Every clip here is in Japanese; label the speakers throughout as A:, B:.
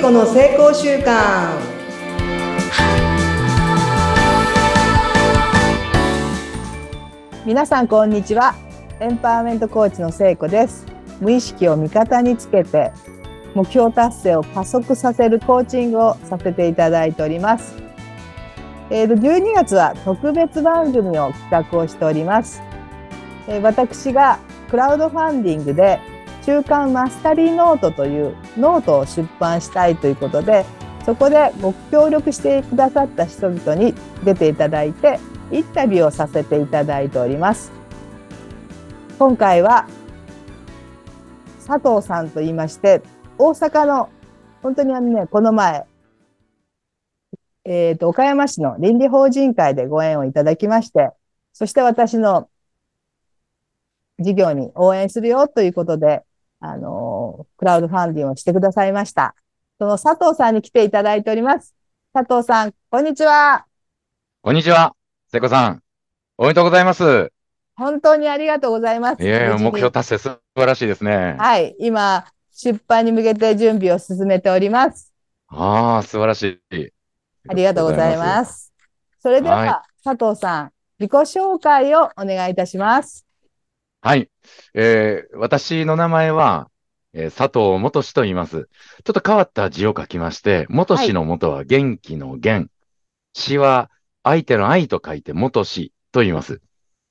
A: 子の成功習慣皆さんこんにちはエンパワーメントコーチの聖子です無意識を味方につけて目標達成を加速させるコーチングをさせていただいておりますえーと、12月は特別番組を企画をしております、えー私がクラウドファンディングで中間マスタリーノートというノートを出版したいということでそこでご協力してくださった人々に出ていただいてインタビューをさせていただいております今回は佐藤さんと言いまして大阪の本当にあのねこの前えっ、と、岡山市の倫理法人会でご縁をいただきまして、そして私の事業に応援するよということで、あのークラウドファンディングをしてくださいました。その佐藤さんに来ていただいております。佐藤さん、こんにちは。
B: こんにちは、聖子さん。おめでとうございます。
A: 本当にありがとうございます。
B: いやいや、
A: 無事に
B: 目標達成素晴らしいですね。
A: はい。今、出版に向けて準備を進めております。
B: ああ、素晴らしい。。
A: ありがとうございますす。それでは、
B: は
A: 佐藤さん、自己紹介をお願いいたします。
B: はい。えー私の名前は、えー佐藤元志と言います。ちょっと変わった字を書きまして、元志の元は元気の元。詩は相手の愛と書いて元志と言います。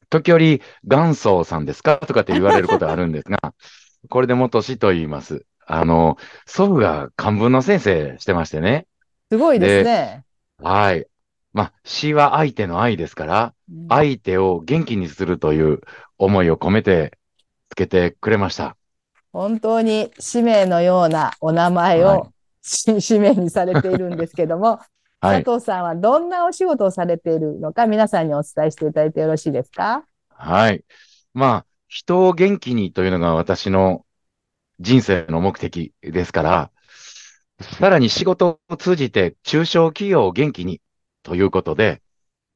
B: 時折、元祖さんですかとかって言われることがあるんですが、 これで元志と言います。あの、祖父が漢文の先生してましてね。
A: すごいですね。
B: はい。まあ、詩は相手の愛ですから、
A: うん
B: 相手を元気にするという思いを込めてつけてくれました。
A: 本当に使命のようなお名前を、
B: はい
A: し 使命にされているんですけども、
B: はい。
A: 佐藤さんはどんなお仕事をされているのか皆さんにお伝えしていただいてよろしいですか
B: はい。まあ、人を元気にというのが私の人生の目的ですから、さらに仕事を通じて中小企業を元気にということで、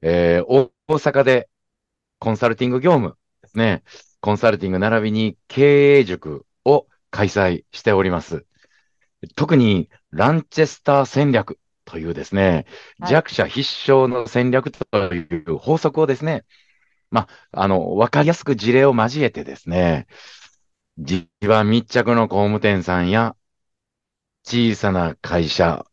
B: えー大大阪でコンサルティング業務ですね。コンサルティング並びに経営塾を開催しております。特にランチェスター戦略というですね、
A: はい
B: 弱者必勝の戦略という法則をですね、まあ、あの、わかりやすく事例を交えてですね、地盤密着の工務店さんや、小さな会社、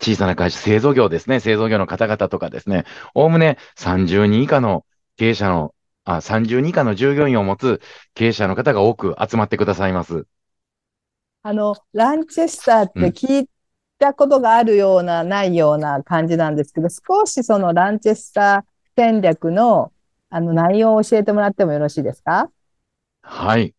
B: 小さな会社、製造業ですね、製造業の方々とかですね、おおむね30人以下の経営者の、あ、30人以下の従業員を持つ経営者の方が多く集まってくださいます。
A: あの、ランチェスターっ
B: うん
A: て聞いたことがあるような、ないような感じなんですけど、少しそのランチェスター戦略のあの内容を教えてもらってもよろしいですか
B: はい。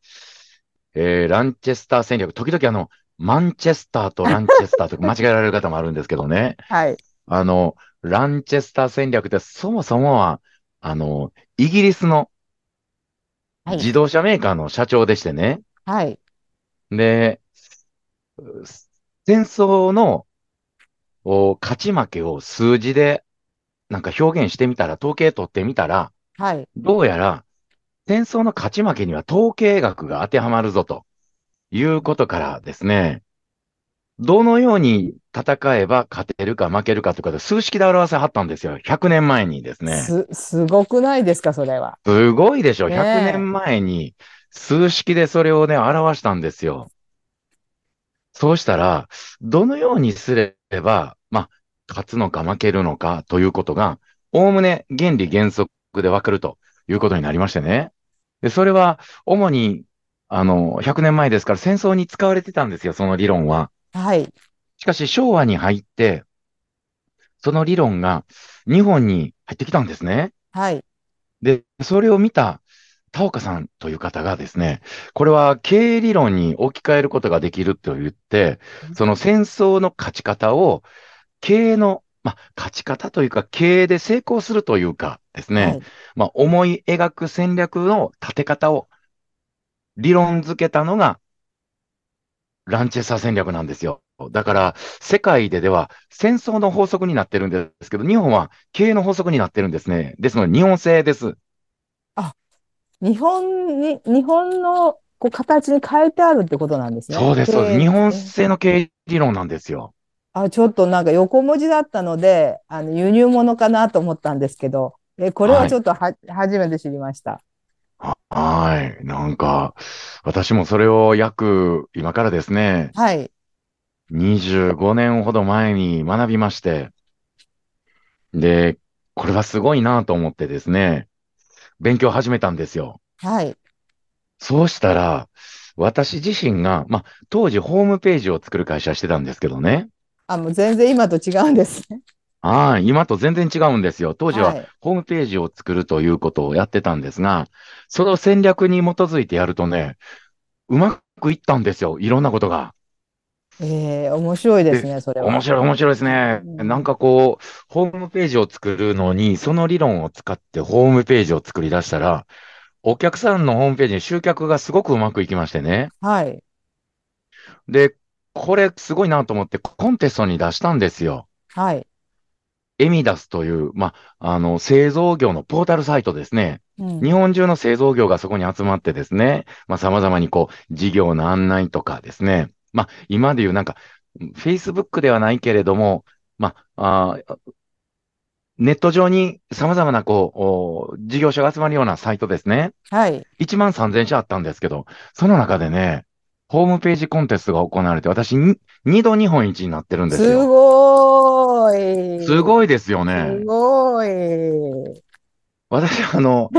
B: えーランチェスター戦略、時々あの、マンチェスターとランチェスターと間違えられる方もあるんですけどね。
A: はい。
B: あの、ランチェスター戦略ってそもそもは、あの、イギリスの
A: はい
B: 自動車メーカーの社長でしてね。
A: はい。
B: で、う戦争のお勝ち負けを数字でなんか表現してみたら、統計取ってみたら、
A: はい。
B: どうやら戦争の勝ち負けには統計学が当てはまるぞということからですね、どのように戦えば勝てるか負けるかとかで数式で表せはったんですよ。100年前にですね。
A: す、すごくないですか、それは。
B: すごいでしょ。
A: ねえ
B: 100年前に数式でそれをね、表したんですよ。そうしたら、どのようにすれば、まあ、勝つのか負けるのかということが、おおむね原理原則でわかるということになりましてね。で、それは、主に、あの、100年前ですから戦争に使われてたんですよ、その理論は。
A: はい。
B: しかし昭和に入って、その理論が日本に入ってきたんですね。
A: はい。
B: で、それを見た田岡さんという方がですね、これは経営理論に置き換えることができると言って、その戦争の勝ち方を経営の、まあ、勝ち方というか経営で成功するというかですね、
A: はい
B: まあ、思い描く戦略の立て方を理論付けたのが、ランチェスター戦略なんですよ。だから、世界ででは戦争の法則になってるんですけど、日本は経営の法則になってるんですね。ですので、日本製です。
A: 日本に、日本のこう形に変えてあるってことなんですね。
B: そうです、そうで
A: 経営
B: す。日本
A: ね
B: 製の経営理論なんですよ。
A: あ、ちょっとなんか横文字だったので、あの輸入物かなと思ったんですけど、え、これははいちょっとは、初めて知りました。
B: はい。なんか、私もそれを約、今からですね、
A: はい。
B: 25年ほど前に学びまして、で、これはすごいなと思ってですね、勉強を始めたんですよ。
A: はい。
B: そうしたら、私自身が、まあ、当時ホームページを作る会社してたんですけどね。
A: あ、もう全然今と違うんですね。
B: はい、今と全然違うんですよ。当時
A: はい
B: はホームページを作るということをやってたんですが、その戦略に基づいてやるとね、うまくいったんですよ。いろんなことが。
A: ええ、面白いですね、それは。
B: 面白い、面白いですね。
A: うん
B: なんかこう、ホームページを作るのに、その理論を使ってホームページを作り出したら、お客さんのホームページに集客がすごくうまくいきましてね。
A: はい。
B: で、これすごいなと思ってコンテストに出したんですよ。
A: はい。
B: エミダスという、まあ、あの、製造業のポータルサイトですね。
A: うん
B: 日本中の製造業がそこに集まってですね、まあ、様々にこう、事業の案内とかですね、まあ、今でいうなんか、Facebook ではないけれども、まあ、あーネット上に様々なこう、お事業者が集まるようなサイトですね。
A: はい。
B: 1万3000社あったんですけど、その中でね、ホームページコンテストが行われて、私に、2度日本一になってるんです
A: す
B: よ。
A: ごーい。
B: すごいですよね
A: す。ごい。
B: 私、あの、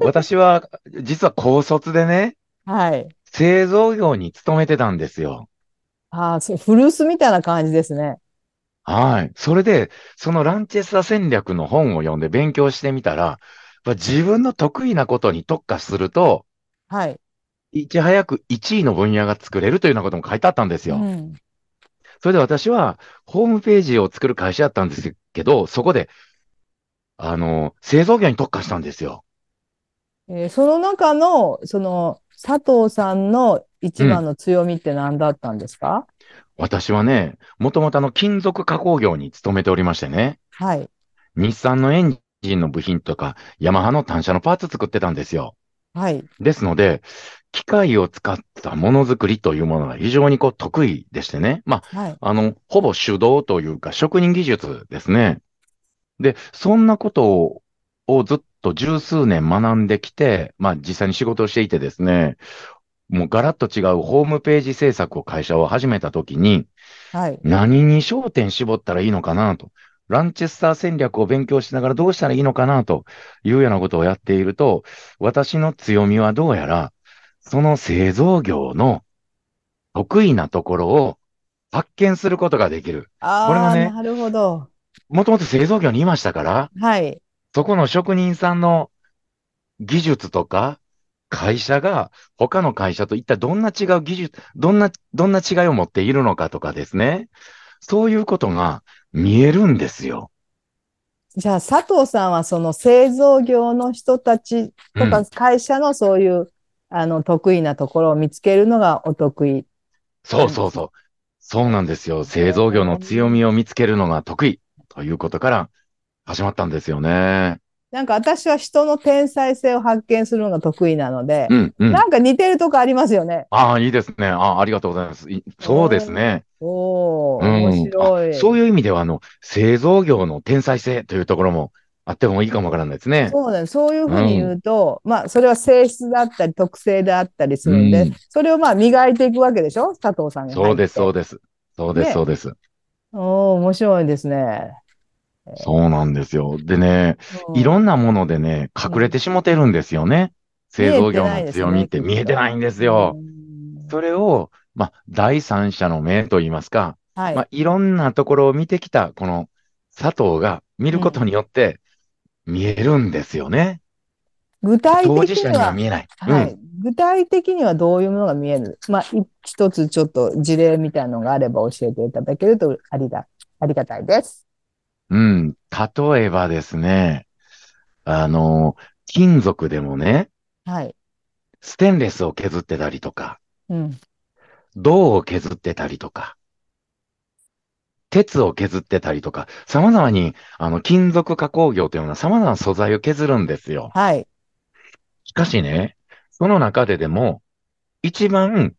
B: 私は、実は高卒でね、
A: はい。
B: 製造業に勤めてたんですよ。
A: ああ、そう、古巣みたいな感じですね。
B: はい。それで、そのランチェスター戦略の本を読んで勉強してみたら、やっぱ自分の得意なことに特化すると、
A: はい。
B: いち早く1位の分野が作れるというようなことも書いてあったんです
A: う
B: よ。
A: ん。
B: それで私は、ホームページを作る会社だったんですけど、そこで、あの、製造業に特化したんですよ。
A: えーその中の、その、佐藤さんの一番の強みって何だったんですか、
B: 私はね、もともとあの、金属加工業に勤めておりましてね、
A: はい。
B: 日産のエンジンの部品とか、ヤマハの単車のパーツ作ってたんですよ。
A: はい。
B: ですので、機械を使ったものづくりというものが非常にこう得意でしてね。ま
A: はい。
B: あ、あの、ほぼ手動というか職人技術ですね。で、そんなことををずっと十数年学んできて、まあ実際に仕事をしていてですね、もうガラッと違うホームページ制作を会社を始めたときに、
A: はい。
B: 何に焦点絞ったらいいのかなと。ランチェスター戦略を勉強しながらどうしたらいいのかなというようなことをやっていると、私の強みはどうやら、その製造業の得意なところを発見することができる。これ
A: あ
B: が
A: あ、
B: ね
A: なるほど。
B: もともと製造業にいましたから、
A: はい。
B: そこの職人さんの技術とか、会社が他の会社と一体どんな違う技術、どんな、どんな違いを持っているのかとかですね。そういうことが見えるんですよ。
A: じゃあ、佐藤さんはその製造業の人たちと
B: う
A: か
B: ん
A: 会社のそういう、あの、得意なところを見つけるのがお得意。
B: そうそうそう。そうなんですよ。製造業の強みを見つけるのが得意ということから始まったんですよね。
A: なんか私は人の天才性を発見するのが得意なので
B: う、ん、うん。
A: なんか似てるとこありますよね。
B: ああ、いいですね。ああ、ありがとうございます。いそうですね。
A: おお、
B: うん
A: 面白
B: あ
A: い。
B: そういう意味では、あの、製造業の天才性というところもあってもいいかもわからないですね。
A: そうだね。そういうふうに言うと、まあ、それは性質だったり、特性であったりするんで、
B: うん
A: それをまあ、磨いていくわけでしょ佐藤さんが。
B: そうです、そう
A: う。
B: です。そうです、
A: ね
B: そうです。
A: おお、面白いですね。
B: そうなんですよ。でね、
A: うん
B: いろんなものでね、隠れてしもてるんですよね。製造業の強みって見
A: 見
B: え
A: え
B: て
A: て
B: な
A: ない
B: んです
A: う
B: よ。
A: ん
B: それを、まあ、第三者の目と言いますか、
A: はい。
B: まあ、いろんなところを見てきた、この佐藤が見ることによって見えるんですよね。
A: 具体
B: 当事
A: 的
B: 者
A: に
B: には
A: は、
B: 見えない。
A: は
B: うん。
A: い。具体的にはどういうものが見えるまあ、い一つちょっと事例みたいなのがあれば教えていただけるとありだ、ありがたいです。
B: うん。例えばですね、あの、金属でもね、
A: はい。
B: ステンレスを削ってたりとか、
A: うん。
B: 銅を削ってたりとか、鉄を削ってたりとか、様々に、あの、金属加工業というのは様々な素材を削るんですよ。
A: はい。
B: しかしね、その中ででも、一番、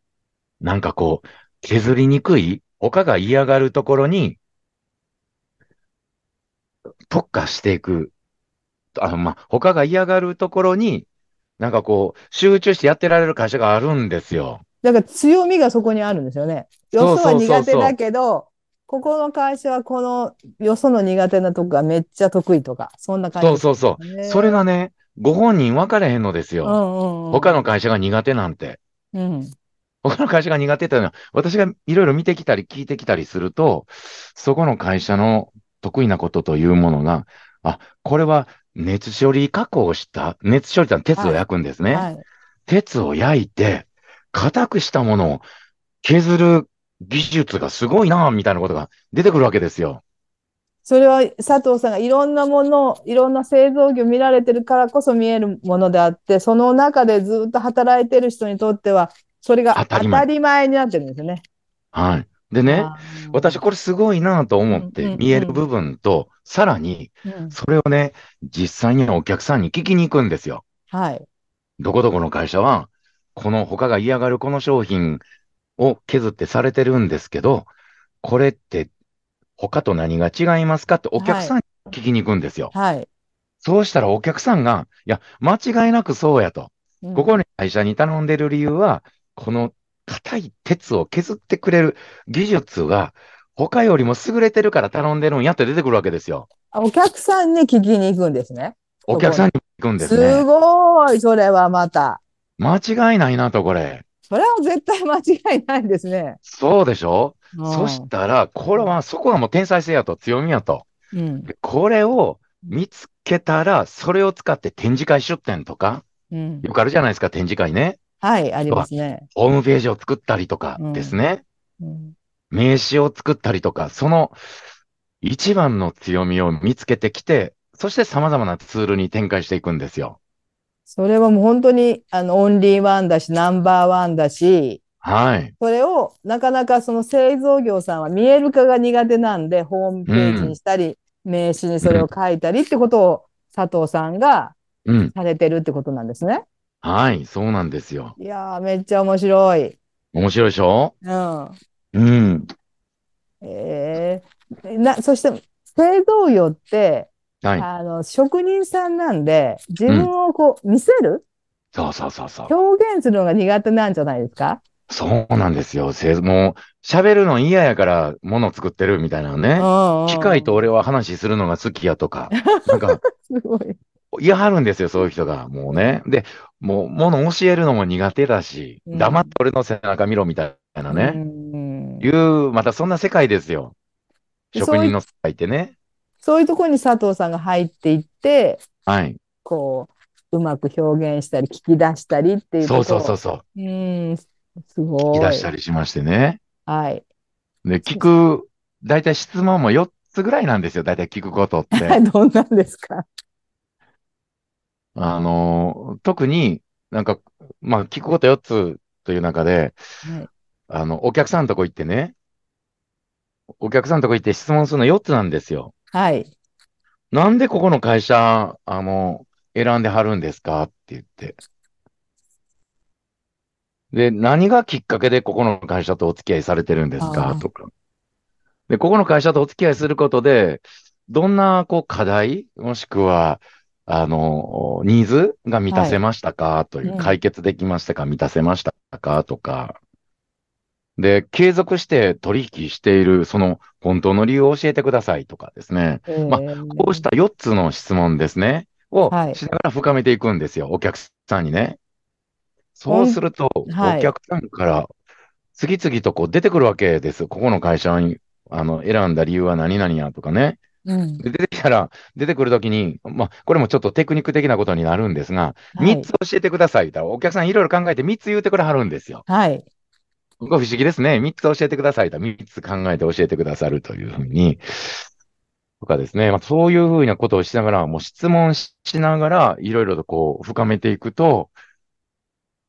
B: なんかこう、削りにくい、他が嫌がるところに、特化していく。あの、まあ、他が嫌がるところに、なんかこう、集中してやってられる会社があるんですよ。
A: だから強みがそこにあるんですよね。よそは苦手だけど、ここの会社はこのよその苦手なとこがめっちゃ得意とか、そんな感じ
B: そう
A: です
B: そうそ
A: よ
B: う。
A: ね。
B: それがね、ご本人分かれへんのです
A: うん
B: よ。
A: うんうん、
B: 他の会社が苦手なんて。
A: うん。
B: 他の会社が苦手というのは、私がいろいろ見てきたり聞いてきたりすると、そこの会社の得意なことというものが、あ、これは熱処理加工した、熱処理って鉄を焼くんですね。
A: はい。
B: 鉄を焼いて、硬くしたものを削る技術がすごいな、みたいなことが出てくるわけですよ。
A: それは佐藤さんがいろんなものを、いろんな製造業見られてるからこそ見えるものであって、その中でずっと働いてる人にとっては、それが
B: 当
A: 当
B: たり前
A: たり前になってるんですよね。
B: はい。でね、
A: あー
B: 私、これすごいなと思っ
A: うんうん
B: て
A: うん
B: 見える部分と、さらに
A: うん
B: それをね、実際にお客さんに聞きに行くんですよ。
A: はい。
B: どこどこの会社は、この他が嫌がるこの商品を削ってされてるんですけど、これって他と何が違いますかってお客さんに聞きに行くんですよ。
A: はい。
B: そうしたらお客さんが、いや、間違いなくそうやと。
A: うん
B: ここの会社に頼んでる理由は、この硬い鉄を削ってくれる技術が他よりも優れてるから頼んでるんやって出てくるわけですよ。
A: あお客さんに聞きに行くんですね。
B: お客さんに行くんですすね。
A: ごい、それはまた。
B: 間違いないなと、これ。
A: それは絶対間違いないですね。
B: そうでしょ
A: うん
B: そしたら、これは、そこはもう天才性やと、強みやと。
A: うん
B: でこれを見つけたら、それを使って展示会出展とか、
A: うん
B: よくあるじゃないですか、展示会ね。
A: はい、ありますね。
B: ホームページを作ったりとかですね。
A: うん
B: 名刺を作ったりとか、その一番の強みを見つけてきて、そして様々なツールに展開していくんですよ。
A: それはもう本当にあのオンリーワンだし、ナンバーワンだし、
B: はい。
A: それをなかなかその製造業さんは見える化が苦手なんで、ホームページにしたり、名刺にそれを書いたりってことを佐藤さんが
B: うん。
A: されてるってことなんですね。
B: はい。そうなんですよ。
A: いやー、めっちゃ面白い。
B: 面白いでしょ
A: うん。
B: うん。
A: ええな、そして、製造業って、
B: はい。
A: あの、職人さんなんで、自分をこう、見せる、
B: そうそうそうそう。
A: 表現するのが苦手なんじゃないですか
B: そうなんですよ。せもう、喋るの嫌やから、もの作ってるみたいなね。機械と。俺は話するのが好きや とか、なんか、
A: うんうんすごい。
B: 言いはるんですよ、そういう人が。もうね。で、もう、もの教えるのも苦手だし、
A: うん
B: 黙って俺の背中見ろみたいなね。
A: うん
B: いう、またそんな世界ですよ。
A: で
B: 職人の世界ってね。
A: そういうところに佐藤さんが入っていって、
B: はい。
A: こう、うまく表現したり、聞き出したりっていうとこ
B: そ
A: ろ。
B: うそうそう
A: う
B: そ
A: う。
B: う。
A: うん、す
B: 聞
A: ごい。
B: き出したりしましてね。
A: はい。
B: で、聞く、だいたい質問も4つぐらいなんですよ。だいたい聞くことって。
A: どんなんですか
B: あのー、特になんか、まあ、聞くこと4つという中で、
A: はい
B: あの、お客さんのとこ行ってね、お客さんのとこ行って質問するの4つなんですよ。
A: はい。
B: なんでここの会社、あの、選んではるんですかって言って。で、何がきっかけでここの会社とお付き合いされてるんです
A: あ
B: か
A: ー
B: とか。で、ここの会社とお付き合いすることで、どんな、こう、課題、もしくは、あの、ニーズが満たせましたかという、
A: うん
B: 解決できましたか満たせましたかとか。で、継続して取引している、その、本当の理由を教えてくださいとかですね。まあ
A: えー
B: こうした4つの質問ですね、を
A: はい
B: しながら深めていくんですよ、お客さんにね。そうすると、お
A: はい
B: 客さんから次々とこう出てくるわけです。ここの会社にあの選んだ理由は何々やとかね。
A: うん
B: で出てきたら、出てくるときに、まあ、これもちょっとテクニック的なことになるんですが、
A: はい
B: 3つ教えてくださいと、お客さんいろいろ考えて3つ言うてくれはるんですよ。
A: はい。
B: ここ不思議ですね。3つ教えてくださいと、3つ考えて教えてくださるというふうに、とかですね。まあ、そういうふうなことをしながら、もう質問ししながら、いろいろとこう、深めていくと、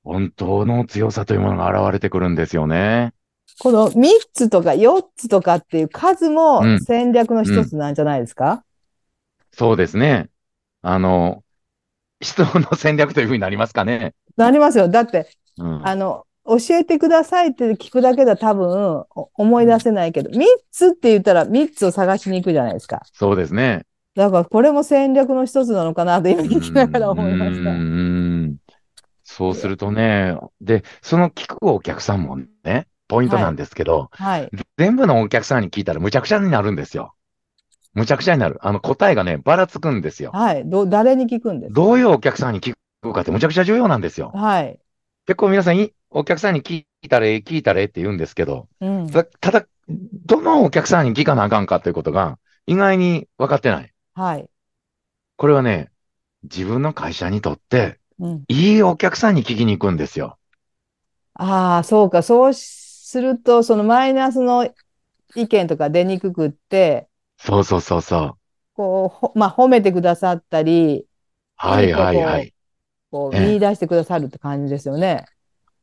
B: 本当の強さというものが現れてくるんですよね。
A: この3つとか4つとかっていう数も
B: うん
A: 戦略の一つなんじゃないですか、
B: そうですね。あの、質問の戦略というふうになりますかね。
A: なりますよ。だって、
B: うん。
A: あの、教えてくださいって聞くだけでは多分お思い出せないけど、3つって言ったら3つを探しに行くじゃないですか。
B: そうですね。
A: だからこれも戦略の一つなのかなと今聞きながら思いまし
B: う
A: た。
B: んそうするとね、で、その聞くお客さんもね、ポイントなんですけど、
A: はい。
B: 全部のお客さんに聞いたらむちゃくちゃになるんですよ。むちゃくちゃになる。あの答えがね、ばらつくんですよ。
A: はい。ど、誰に聞くんですか
B: どういうお客さんに聞くかってむちゃくちゃ重要なんですよ。
A: はい。
B: 結構皆さんい、お客さんに聞いたらええ、聞いたらええって言うんですけど、
A: うん。
B: たただ、どのお客さんに聞かなあかんかということが意外に分かってない。
A: はい。
B: これはね、自分の会社にとって
A: うん。
B: いいお客さんに聞きに行くんですよ。
A: ああ、そうか。そうすると、そのマイナスの意見とか出にくくって、
B: そうそうそうそう。
A: こう、ほまあ、褒めてくださったり、
B: はいはいはい
A: い。こう、
B: ええ
A: 見出してくださるって感じですよね。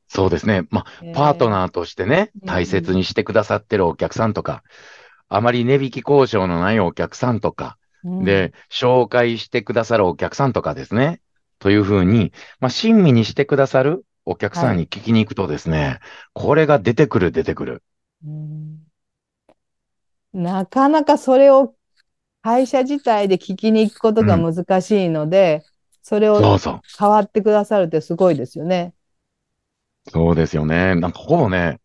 B: そうですね。まあ、パート
A: ー。
B: ナーとしてね、大切にしてくださってるお客さんとか、あまり値引き交渉のないお客さんとか、
A: うん、
B: で、紹介してくださるお客さんとかですね。というふうに、まあ、親身にしてくださるお客さんに聞きに行くとですね、これが出てくる出てくる。
A: うんなかなかそれを会社自体で聞きに行くことが難しいので、それ
B: そ
A: を
B: うそう。
A: 変わってくださるってすごいですよね。
B: そうですよね。なんかほぼね、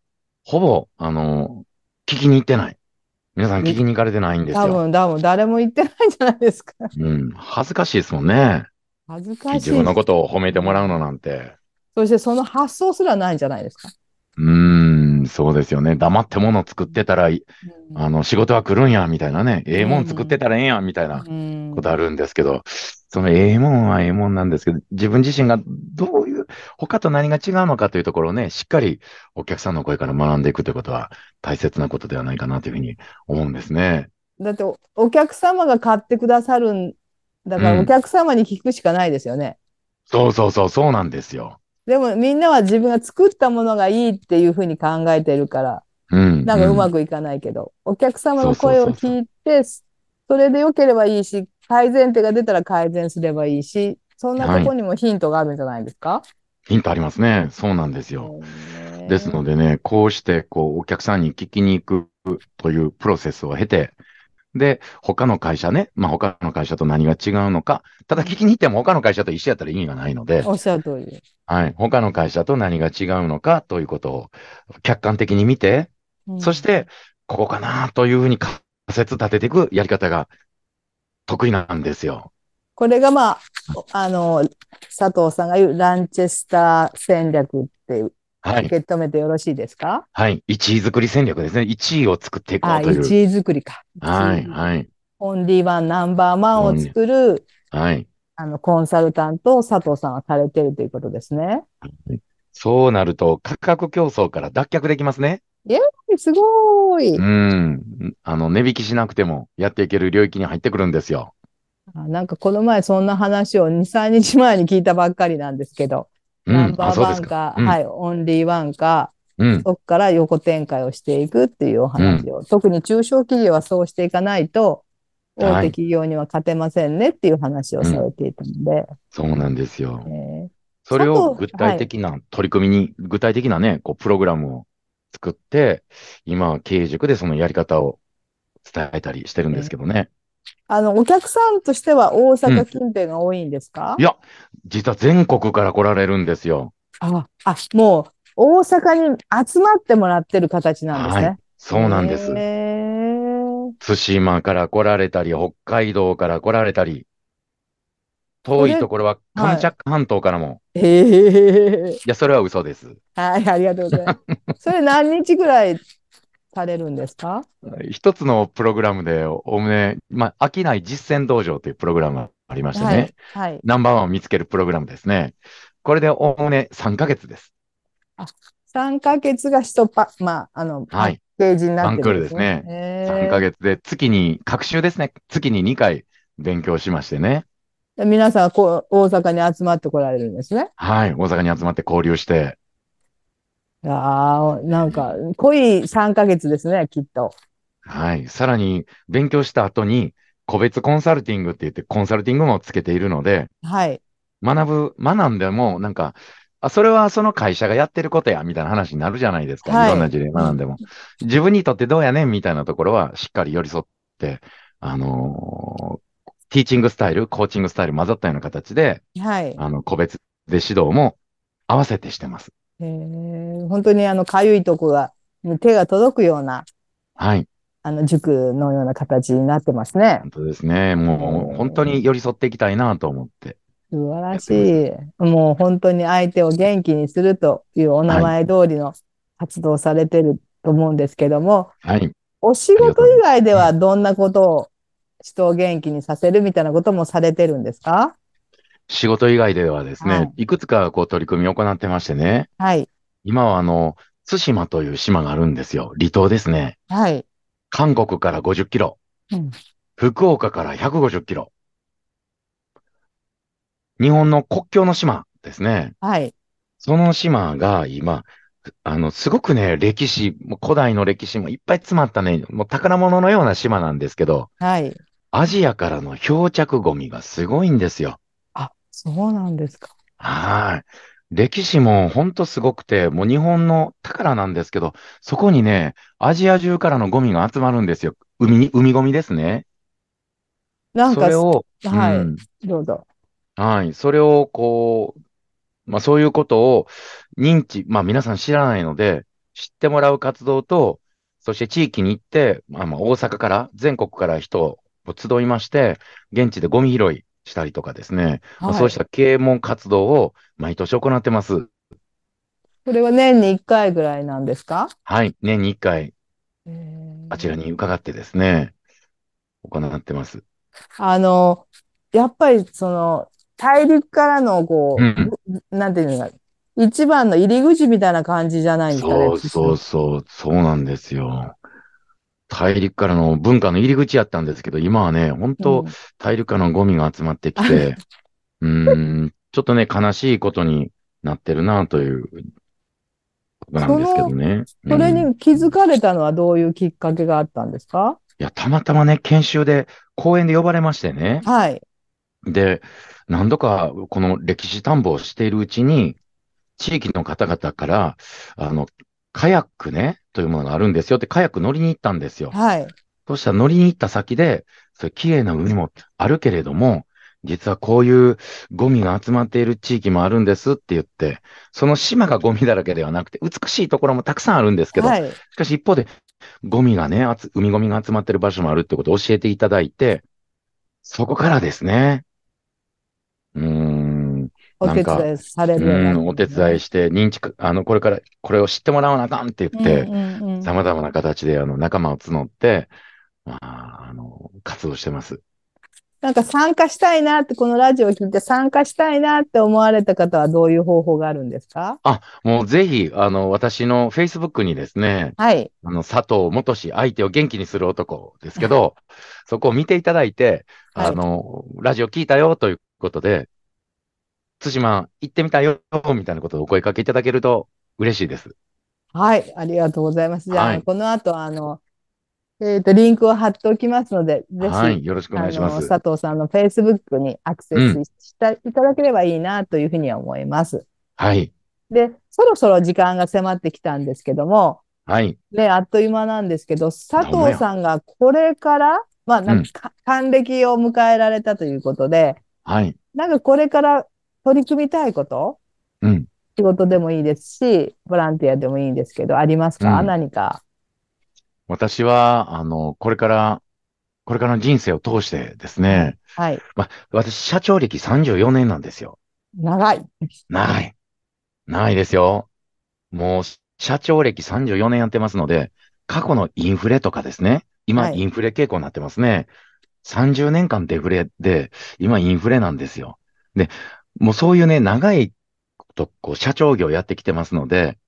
B: ほぼ、あの、聞きに行ってない。皆さん聞きに行かれてないんです
A: 多
B: よ。
A: 分、多分誰も言ってないんじゃないですか。
B: うん。恥ずかしいですもんね。
A: 恥ずかし
B: 自
A: い。
B: 分のことを褒めてもらうのなんて。
A: そしてその発想すらないんじゃないですか。
B: うーん、そうですよね。黙ってもの作ってたら、あの、仕事は来るんや、みたいなね。ええもん作ってたらええやん、みたいな。
A: うん
B: ことあるんですけど、そのええもんはええもんなんですけど、自分自身がどういう、他と何が違うのかというところをね、しっかりお客さんの声から学んでいくということは大切なことではないかなというふうに思うんですね。
A: だってお、お客様が買ってくださるんだから、
B: うん
A: お客様に聞くしかないですよね。
B: そうそうそう、そうなんですよ。
A: でも、みんなは自分が作ったものがいいっていうふうに考えてるから。
B: うん。
A: なんかうま
B: く。
A: くいかないけど、お客様の声を聞いて、それで良ければいいし、改善点が出たら改善すればいいし、そんなとこにもヒントがあるんじゃないですか、
B: ヒントありますね。そうなんですよ。ですの
A: で、
B: でね、こうして、こう、お客さんに聞きに行くというプロセスを経て、で、他の会社ね、まあ他の会社と何が違うのか、ただ聞きに行っても他の会社と一緒やったら意味がないので、
A: おっしゃる通りです。
B: はい。他の会社と何が違うのかということを客観的に見て、
A: うん
B: そし、て、ここかなというふうに仮説立てていくやり方が得意なんですよ。
A: これがまあ、あの、佐藤さんが言うランチェスター戦略って受
B: はい。
A: け止めてよろしいですか、
B: はい。1位作り戦略ですね。1位を作っていこ
A: あ、
B: うという。
A: 1位作りか。
B: はい。
A: 1位
B: はい。
A: オンリーワン、ナンバーワンを作る、
B: はい。
A: あの、コンサルタントを佐藤さんはされてるということですね。
B: そうなると価格競争から脱却できますね。
A: すごーい。
B: うん。あの、値引きしなくてもやっていける領域に入ってくるんですよ。
A: あなんかこの前そんな話を2、3日前に聞いたばっかりなんですけど、
B: うん。
A: ナンバ
B: あ、
A: ー
B: そう
A: ワ
B: で
A: ン
B: す
A: か
B: か。うん
A: はい、オンリーワンか、
B: うん。
A: そこから横展開をしていくっていうお話を、特に中小企業はそうしていかないと、
B: はい
A: 大手企業には勝てませんねっていう話をされていたので、
B: そうなんですよ。
A: えー
B: それを
A: 佐
B: 具
A: 藤
B: 体的な取り組みに、具体的なね、こう、プログラムを作って、今は経営塾でそのやり方を伝えたりしてるんですけどね。
A: あの、お客さんとしては大阪近辺が多いんですか、
B: いや、実は全国から来られるんですよ。
A: ああ、もう大阪に集まってもらってる形なんですね。
B: はいそうなんです。
A: へー
B: 対馬から来られたり、北海道から来られたり、遠いところはカムチャック半島からも。い、
A: ええ
B: や、それは嘘です。
A: はい、ありがとうございます。それ何日ぐらいされるんですか
B: 一つのプログラムで、おおむね、まあ、商い実践道場というプログラムがありましてね。
A: はい。はい。
B: ナンバーワンを見つけるプログラムですね。これでおおむね3ヶ月です。
A: 3ヶ月が一パ、まあ、あの、パ
B: は
A: ッ
B: い。
A: ケージになってるんです
B: ワン
A: ね
B: クールです。
A: え
B: 3ヶ月で月に、各週ですね。月に2回勉強しましてね。
A: で皆さんはこう、大阪に集まってこられるんですね。
B: はい。大阪に集まって交流して。
A: ああ、なんか、濃い3ヶ月ですね、きっと。
B: はい。さらに勉強した後に、個別コンサルティングって言ってコンサルティングもつけているので、
A: はい。
B: 学ぶ、学んでもなんか、あ、それはその会社がやってることや、みたいな話になるじゃないですか。
A: はい
B: い、ろんな事例学んでも。自分にとってどうやねんみたいなところはしっかり寄り添って、あのーティーチングスタイル、コーチングスタイル混ざったような形で、
A: はい。
B: あの、個別で指導も合わせてしてます。
A: えー本当にあの、かゆいとこが、に手が届くような、
B: はい。
A: あの、塾のような形になってますね。
B: 本当ですね。もう、本当に寄り添っていきたいなと思って。
A: 素晴らしい。もう本当に相手を元気にするというお名前通りの活動をされてると思うんですけども、
B: はい。
A: お仕事以外ではどんなことを人を元気にさせるみたいなこともされてるんですか
B: 仕事以外ではですね、
A: はい
B: い、くつかこう取り組みを行ってましてね、
A: はい。
B: 今はあの、津島という島があるんですよ。離島ですね。
A: はい。
B: 韓国から50キロ。
A: うん
B: 福岡から150キロ。日本の国境の島ですね。
A: はい。
B: その島が今、あの、すごくね、歴史、もう古代の歴史もいっぱい詰まったね、もう宝物のような島なんですけど、
A: はい。
B: アジアからの漂着ゴミがすごいんですよ。
A: あ、そうなんですか。
B: はい。歴史もほんとすごくて、もう日本の宝なんですけど、そこにね、アジア中からのゴミが集まるんですよ。海に、海ゴミですね。
A: なん
B: そ
A: か
B: れ、を、
A: はい
B: うん
A: どうぞ。
B: はい。それを、こう、まあそういうことを認知、まあ皆さん知らないので、知ってもらう活動と、そして地域に行って、まあまあ大阪から、全国から人を集いまして、現地でゴミ拾いしたりとかですね、まあ
A: はい
B: そうした啓蒙活動を毎年行ってます。
A: それは年に1回ぐらいなんですか
B: はい。年に1回、あ
A: あ
B: ちらに伺ってですね、行ってます。
A: あの、やっぱりその、大陸からのこう、
B: うん
A: なんていうのか、一番の入り口みたいな感じじゃないですかね。
B: そうそうそう、そうなんですよ。大陸からの文化の入り口やったんですけど、今はね、本当、
A: うん
B: 大陸からのゴミが集まってき て、うーん、ちょっとね、悲しいことになってるなということなんですけどね。
A: それ
B: うんい
A: に気づかれたのはどういうきっかけがあったんですか
B: や、たまたまね、研修で、講演で呼ばれましてね。
A: はい。
B: で、何度かこの歴史探訪をしているうちに、地域の方々から、あの、カヤックね、というものがあるんですよって、カヤック乗りに行ったんですよ。
A: はい。
B: そうしたら乗りに行った先で、そう綺麗な海もあるけれども、実はこういうゴミが集まっている地域もあるんですって言って、その島がゴミだらけではなくて、美しいところもたくさんあるんですけど、
A: はい。
B: しかし一方で、ゴミがね、あつ海ゴミが集まってる場所もあるってことを教えていただいて、そこからですね、うーん、
A: お手
B: なんか
A: 伝いされ
B: う
A: るようにな
B: ーん、お手伝いして、認知か、あの、これから、これを知ってもらわなあかんって言って、
A: うんうんうん
B: 様々な形であの仲間を募って、まあ、あの、活動してます。
A: なんか参加したいなって、このラジオを聞いて参加したいなって思われた方はどういう方法があるんですか
B: もうぜひ、あの、私の Facebook にですね、
A: はい。
B: あの、佐藤元氏、相手を元気にする男です けど、そこを見ていただいて、
A: はい
B: あの、ラジオ聞いたよということで、津島行ってみたよ、みたいなことをお声かけいただけると嬉しいです。
A: はい、ありがとうございます。じゃあ、
B: はい
A: この後、あの、えっと、リンクを貼っておきますので、ぜひ、
B: はい、よろしくお願いしま
A: あの、
B: す。
A: 佐藤さんの Facebook にアクセ
B: う
A: スした、いただければいいなというふうには思います。
B: はい、
A: で、そろそろ時間が迫ってきたんですけども、
B: はい、
A: ね、あっという間なんですけど、佐
B: ほんま
A: 藤
B: や
A: さんがこれから、まあ、なんか、還暦を迎えられたということで、
B: はい、
A: なんかこれから取り組みたいこと、
B: うん。
A: 仕事でもいいですし、ボランティアでもいいんですけど、ありますか、
B: うん
A: 何か。
B: 私は、あの、これから、これからの人生を通してですね、
A: はい。
B: 私、社長歴34年なんですよ。
A: 長い。
B: 長い。長いですよ。もう、社長歴34年やってますので、過去のインフレとかですね。今、
A: はい
B: インフレ傾向になってますね。30年間デフレで、今、インフレなんですよ。で、もうそういうね、長いこと、こう、社長業やってきてますので、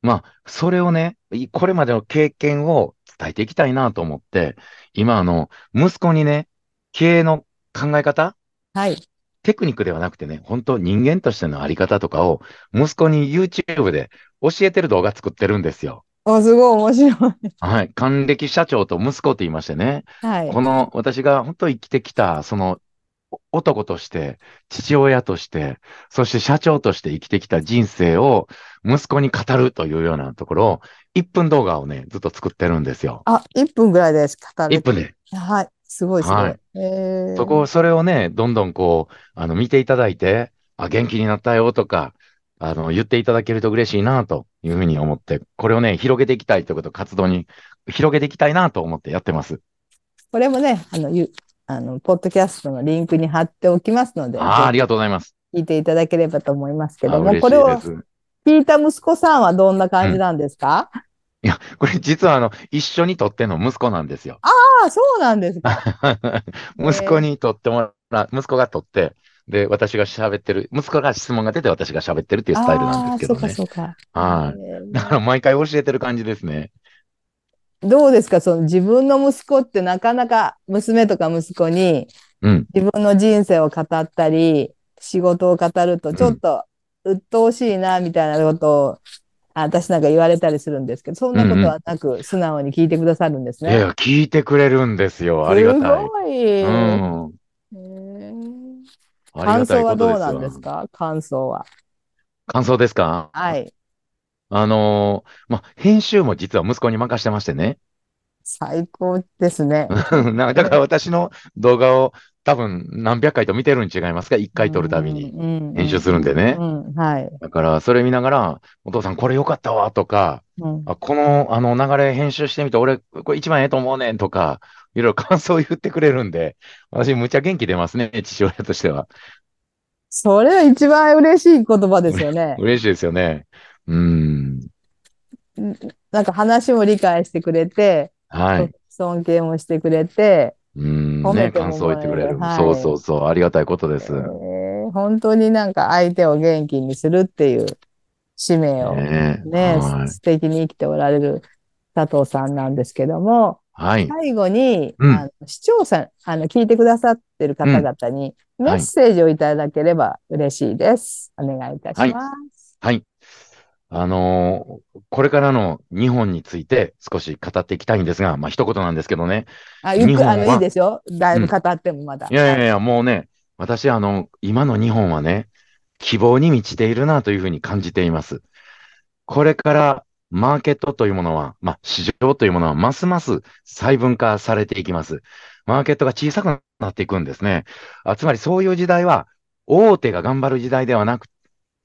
B: まあ、それをね、いこれまでの経験を伝えていきたいなと思って、今、あの、息子にね、経営の考え方
A: はい。
B: テクニックではなくてね、本当人間としてのあり方とかを、息子に YouTube で教えてる動画作ってるんですよ。
A: お、すごい面白い。
B: はい。還暦社長と息子と言いましてね、
A: はい。
B: この私が本当生きてきた、その男として、父親として、そして社長として生きてきた人生を息子に語るというようなところを、1分動画をね、ずっと作ってるんですよ。
A: あ、1分ぐらいです。語
B: 1
A: る。
B: 分で。
A: はい。すごいすごい。
B: はい
A: えー
B: そこ、それをね、どんどんこう、あの、見ていただいて、あ、元気になったよとか、あの、言っていただけると嬉しいな、というふうに思って、これをね、広げていきたいということ、活動に広げていきたいな、と思ってやってます。
A: これもね、あの、ゆあの、ポッドキャストのリンクに貼っておきますので、
B: ああ、あ
A: ぜ
B: りがとうございます。
A: ひ聞いていただければと思いますけど
B: あ
A: も、
B: 嬉し
A: こ
B: い
A: れ
B: で
A: を
B: す。
A: 聞いた息子さんはどんな感じなんですか、
B: いや、これ実はあの、一緒に撮ってんの息子なんですよ。
A: ああ、そうなんですか。
B: 息子に撮ってもら、息子が撮って、で、私が喋ってる、息子が質問が出て私が喋ってるっていうスタイルなんですけど
A: ああ、
B: ね。
A: そうかそうか。
B: はい
A: えー
B: だから毎回教えてる感じですね。
A: どうですかその自分の息子ってなかなか娘とか息子に
B: うん。
A: 自分の人生を語ったり、仕事を語るとちょっと鬱陶しいなみたいなことを、あ私なんか言われたりするんですけど、そんなことはなく素直に聞いてくださるんです
B: い
A: ね。
B: やいや、聞いてくれるんですよ。ありが
A: す
B: たい。
A: ごい。
B: うん。
A: へー
B: あり
A: 感
B: がた
A: 想
B: いこ
A: は
B: と
A: ど
B: で
A: う
B: す
A: なん
B: わ
A: ですか感想は。
B: 感想ですか
A: はい。
B: あのーま、編集も実は息子に任してましてね。
A: 最高ですね。
B: うんなだから私の動画を多分何百回と見てるに違いますか ?1 回撮るたびに。
A: に
B: 編集するんでね
A: うん、はい。
B: だから、それ見ながら、お父さんこれ良かったわとか、
A: うん
B: あ、この、あの、流れ編集してみて、俺、これ一番ええと思うねんとか、いろいろ 感想を言ってくれるんで、私、むちゃ元気出ますね、父親としては。
A: それは一番嬉しい言葉ですよね。
B: 嬉しいですよね。うん。
A: なんか話も理解してくれて、
B: はい。
A: 尊敬もしてくれて、
B: うん、
A: 褒め
B: ね、
A: ても
B: 感想を言ってくれる。
A: はい
B: そうそうそう、ありがたいことです。
A: えー本当になんか相手を元気にするっていう使命をね、
B: ねはい
A: す素敵に生きておられる佐藤さんなんですけども、
B: はい。
A: 最後に、
B: うん
A: あの視聴者、あの、聞いてくださってる方々に
B: ん
A: メッセージをいただければ嬉しいです。お願いいたします。
B: はい。あのーこれからの日本について少し語っていきたいんですが、まあ、一言なんですけどね。
A: あ、ゆっ
B: 日
A: くり、
B: 本は
A: あの、いいですよ。だいぶ語ってもまだ。
B: いやいやいや、もうね、私、あの、今の日本はね、希望に満ちているなというふうに感じています。これから、マーケットというものは、まあ、市場というものは、ますます細分化されていきます。マーケットが小さくなっていくんですね。あ、つまりそういう時代は、大手が頑張る時代ではなく、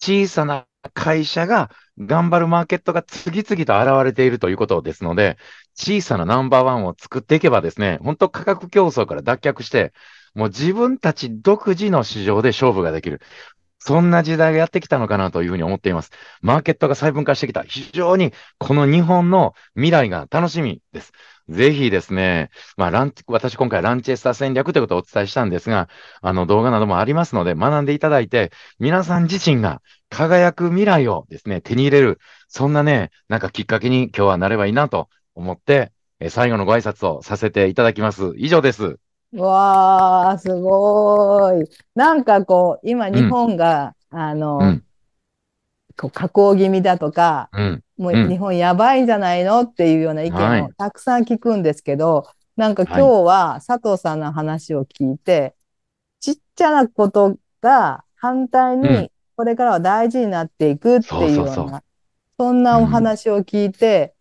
B: 小さな会社が頑張るマーケットが次々と現れているということですので、小さなナンバーワンを作っていけばですね、本当価格競争から脱却して、もう自分たち独自の市場で勝負ができる。そんな時代がやってきたのかなというふうに思っています。マーケットが細分化してきた。非常にこの日本の未来が楽しみです。ぜひですね、まあ、ラン、私今回ランチェスター戦略ということをお伝えしたんですが、あの動画などもありますので学んでいただいて、皆さん自身が輝く未来をですね、手に入れる、そんなね、なんかきっかけに今日はなればいいなと思って、えー最後のご挨拶をさせていただきます。以上です。
A: わあ、すごーい。なんかこう、今日本が、あの、
B: うん
A: こう加工気味だとか、
B: うん。
A: もう
B: うん
A: 日本やばいんじゃないのっていうような意
B: は
A: 見を
B: い
A: たくさん聞くんですけど、なんか今日は佐藤さんの話を聞いて、ちっちゃなことが反対
B: う
A: に
B: ん
A: これからは大事になっていくっていうよう
B: そうそうそ
A: な、そんなお話を聞いて、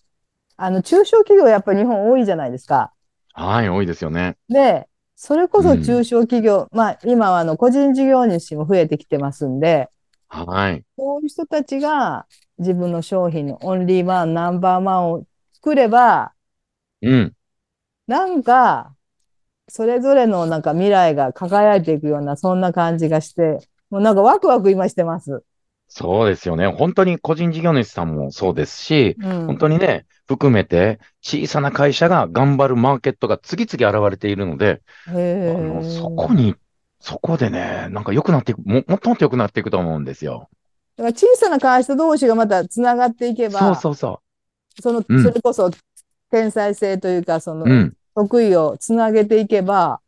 A: あの、中小企業やっぱり日本多いじゃないですか。
B: はい、多いですよね。
A: で、それこそ
B: うん
A: 中小企業、まあ今はあの個人事業主も増えてきてますんで、
B: はい。
A: こういう人たちが自分の商品のオンリーワン、ナンバーワンを作れば、
B: うん。
A: なんか、それぞれのなんか未来が輝いていくような、そんな感じがして、もうなんかワクワク今してます。
B: そうですよね。本当に個人事業主さんもそうですし、
A: うん。
B: 本当にね、含めて小さな会社が頑張るマーケットが次々現れているので、あ
A: へ
B: の、そ
A: ー
B: こに、そこでね、なんか良くなっていく、も、もっともっと良くなっていくと思うんですよ。
A: だから小さな会社同士がまたつながっていけば、
B: そうそうそ
A: その、
B: うん。
A: それこそ天才性というか、そう
B: う
A: の、
B: ん。
A: 得意をつなげていけば、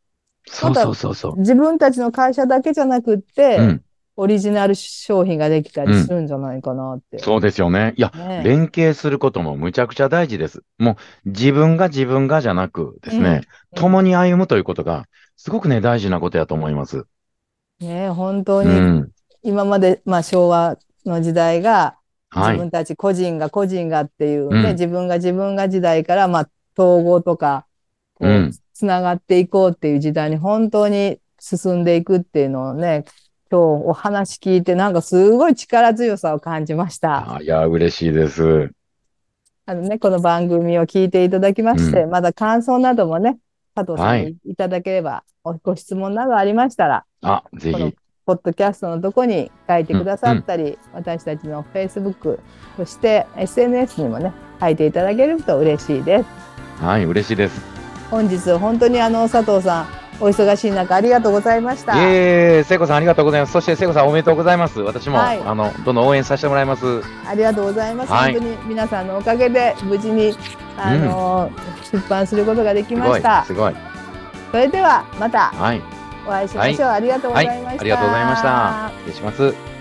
B: そうそうそうそう。
A: 自分たちの会社だけじゃなくって、
B: うん。
A: オリジナル商品ができたりするんじゃないかなって。
B: そうですよね。いや、
A: ね
B: 連携することもむちゃくちゃ大事です。もう自分が自分がじゃなくです
A: うん
B: ね、共に歩むということがすごくね、大事なことやと思います。
A: ね、本当
B: う
A: に
B: ん。
A: 今まで、まあ、昭和の時代が
B: は
A: 自
B: い。
A: 分たち個人が個人がっていうね、
B: うん
A: 自分が自分が時代から、まあ、統合とかこう、
B: うん
A: つながっていこうっていう時代に本当に進んでいくっていうのをね今日お話聞いてなんかすごい力強さを感じました。
B: あいや、嬉しいです。
A: あのね、この番組を聞いていただきまして、まだ感想などもね、加藤さん
B: は
A: にいただければ、おご質問などありましたら、
B: あ、ぜ
A: この
B: ひ。
A: ポッドキャストのとこに書いてくださったり、私たちの Facebook、そして SNS にもね、書いていただけると嬉しいです。
B: はい、嬉しいです。
A: 本日、本当にあの、佐藤さん、お忙しい中、ありがとうございました。
B: いえいえ、聖子さんありがとうございます。そして聖子さんおめでとうございます。私も、
A: はい
B: あの、どんどん応援させてもらいます。
A: ありがとうございます。
B: はい
A: 本当に皆さんのおかげで、無事に、あの、出版することができ
B: す
A: ま
B: ご
A: し
B: い
A: た、。
B: すごい。
A: それでは、また。
B: はい。
A: お会いしましょう。ありがとうございました。
B: はいありがとうございました失礼します。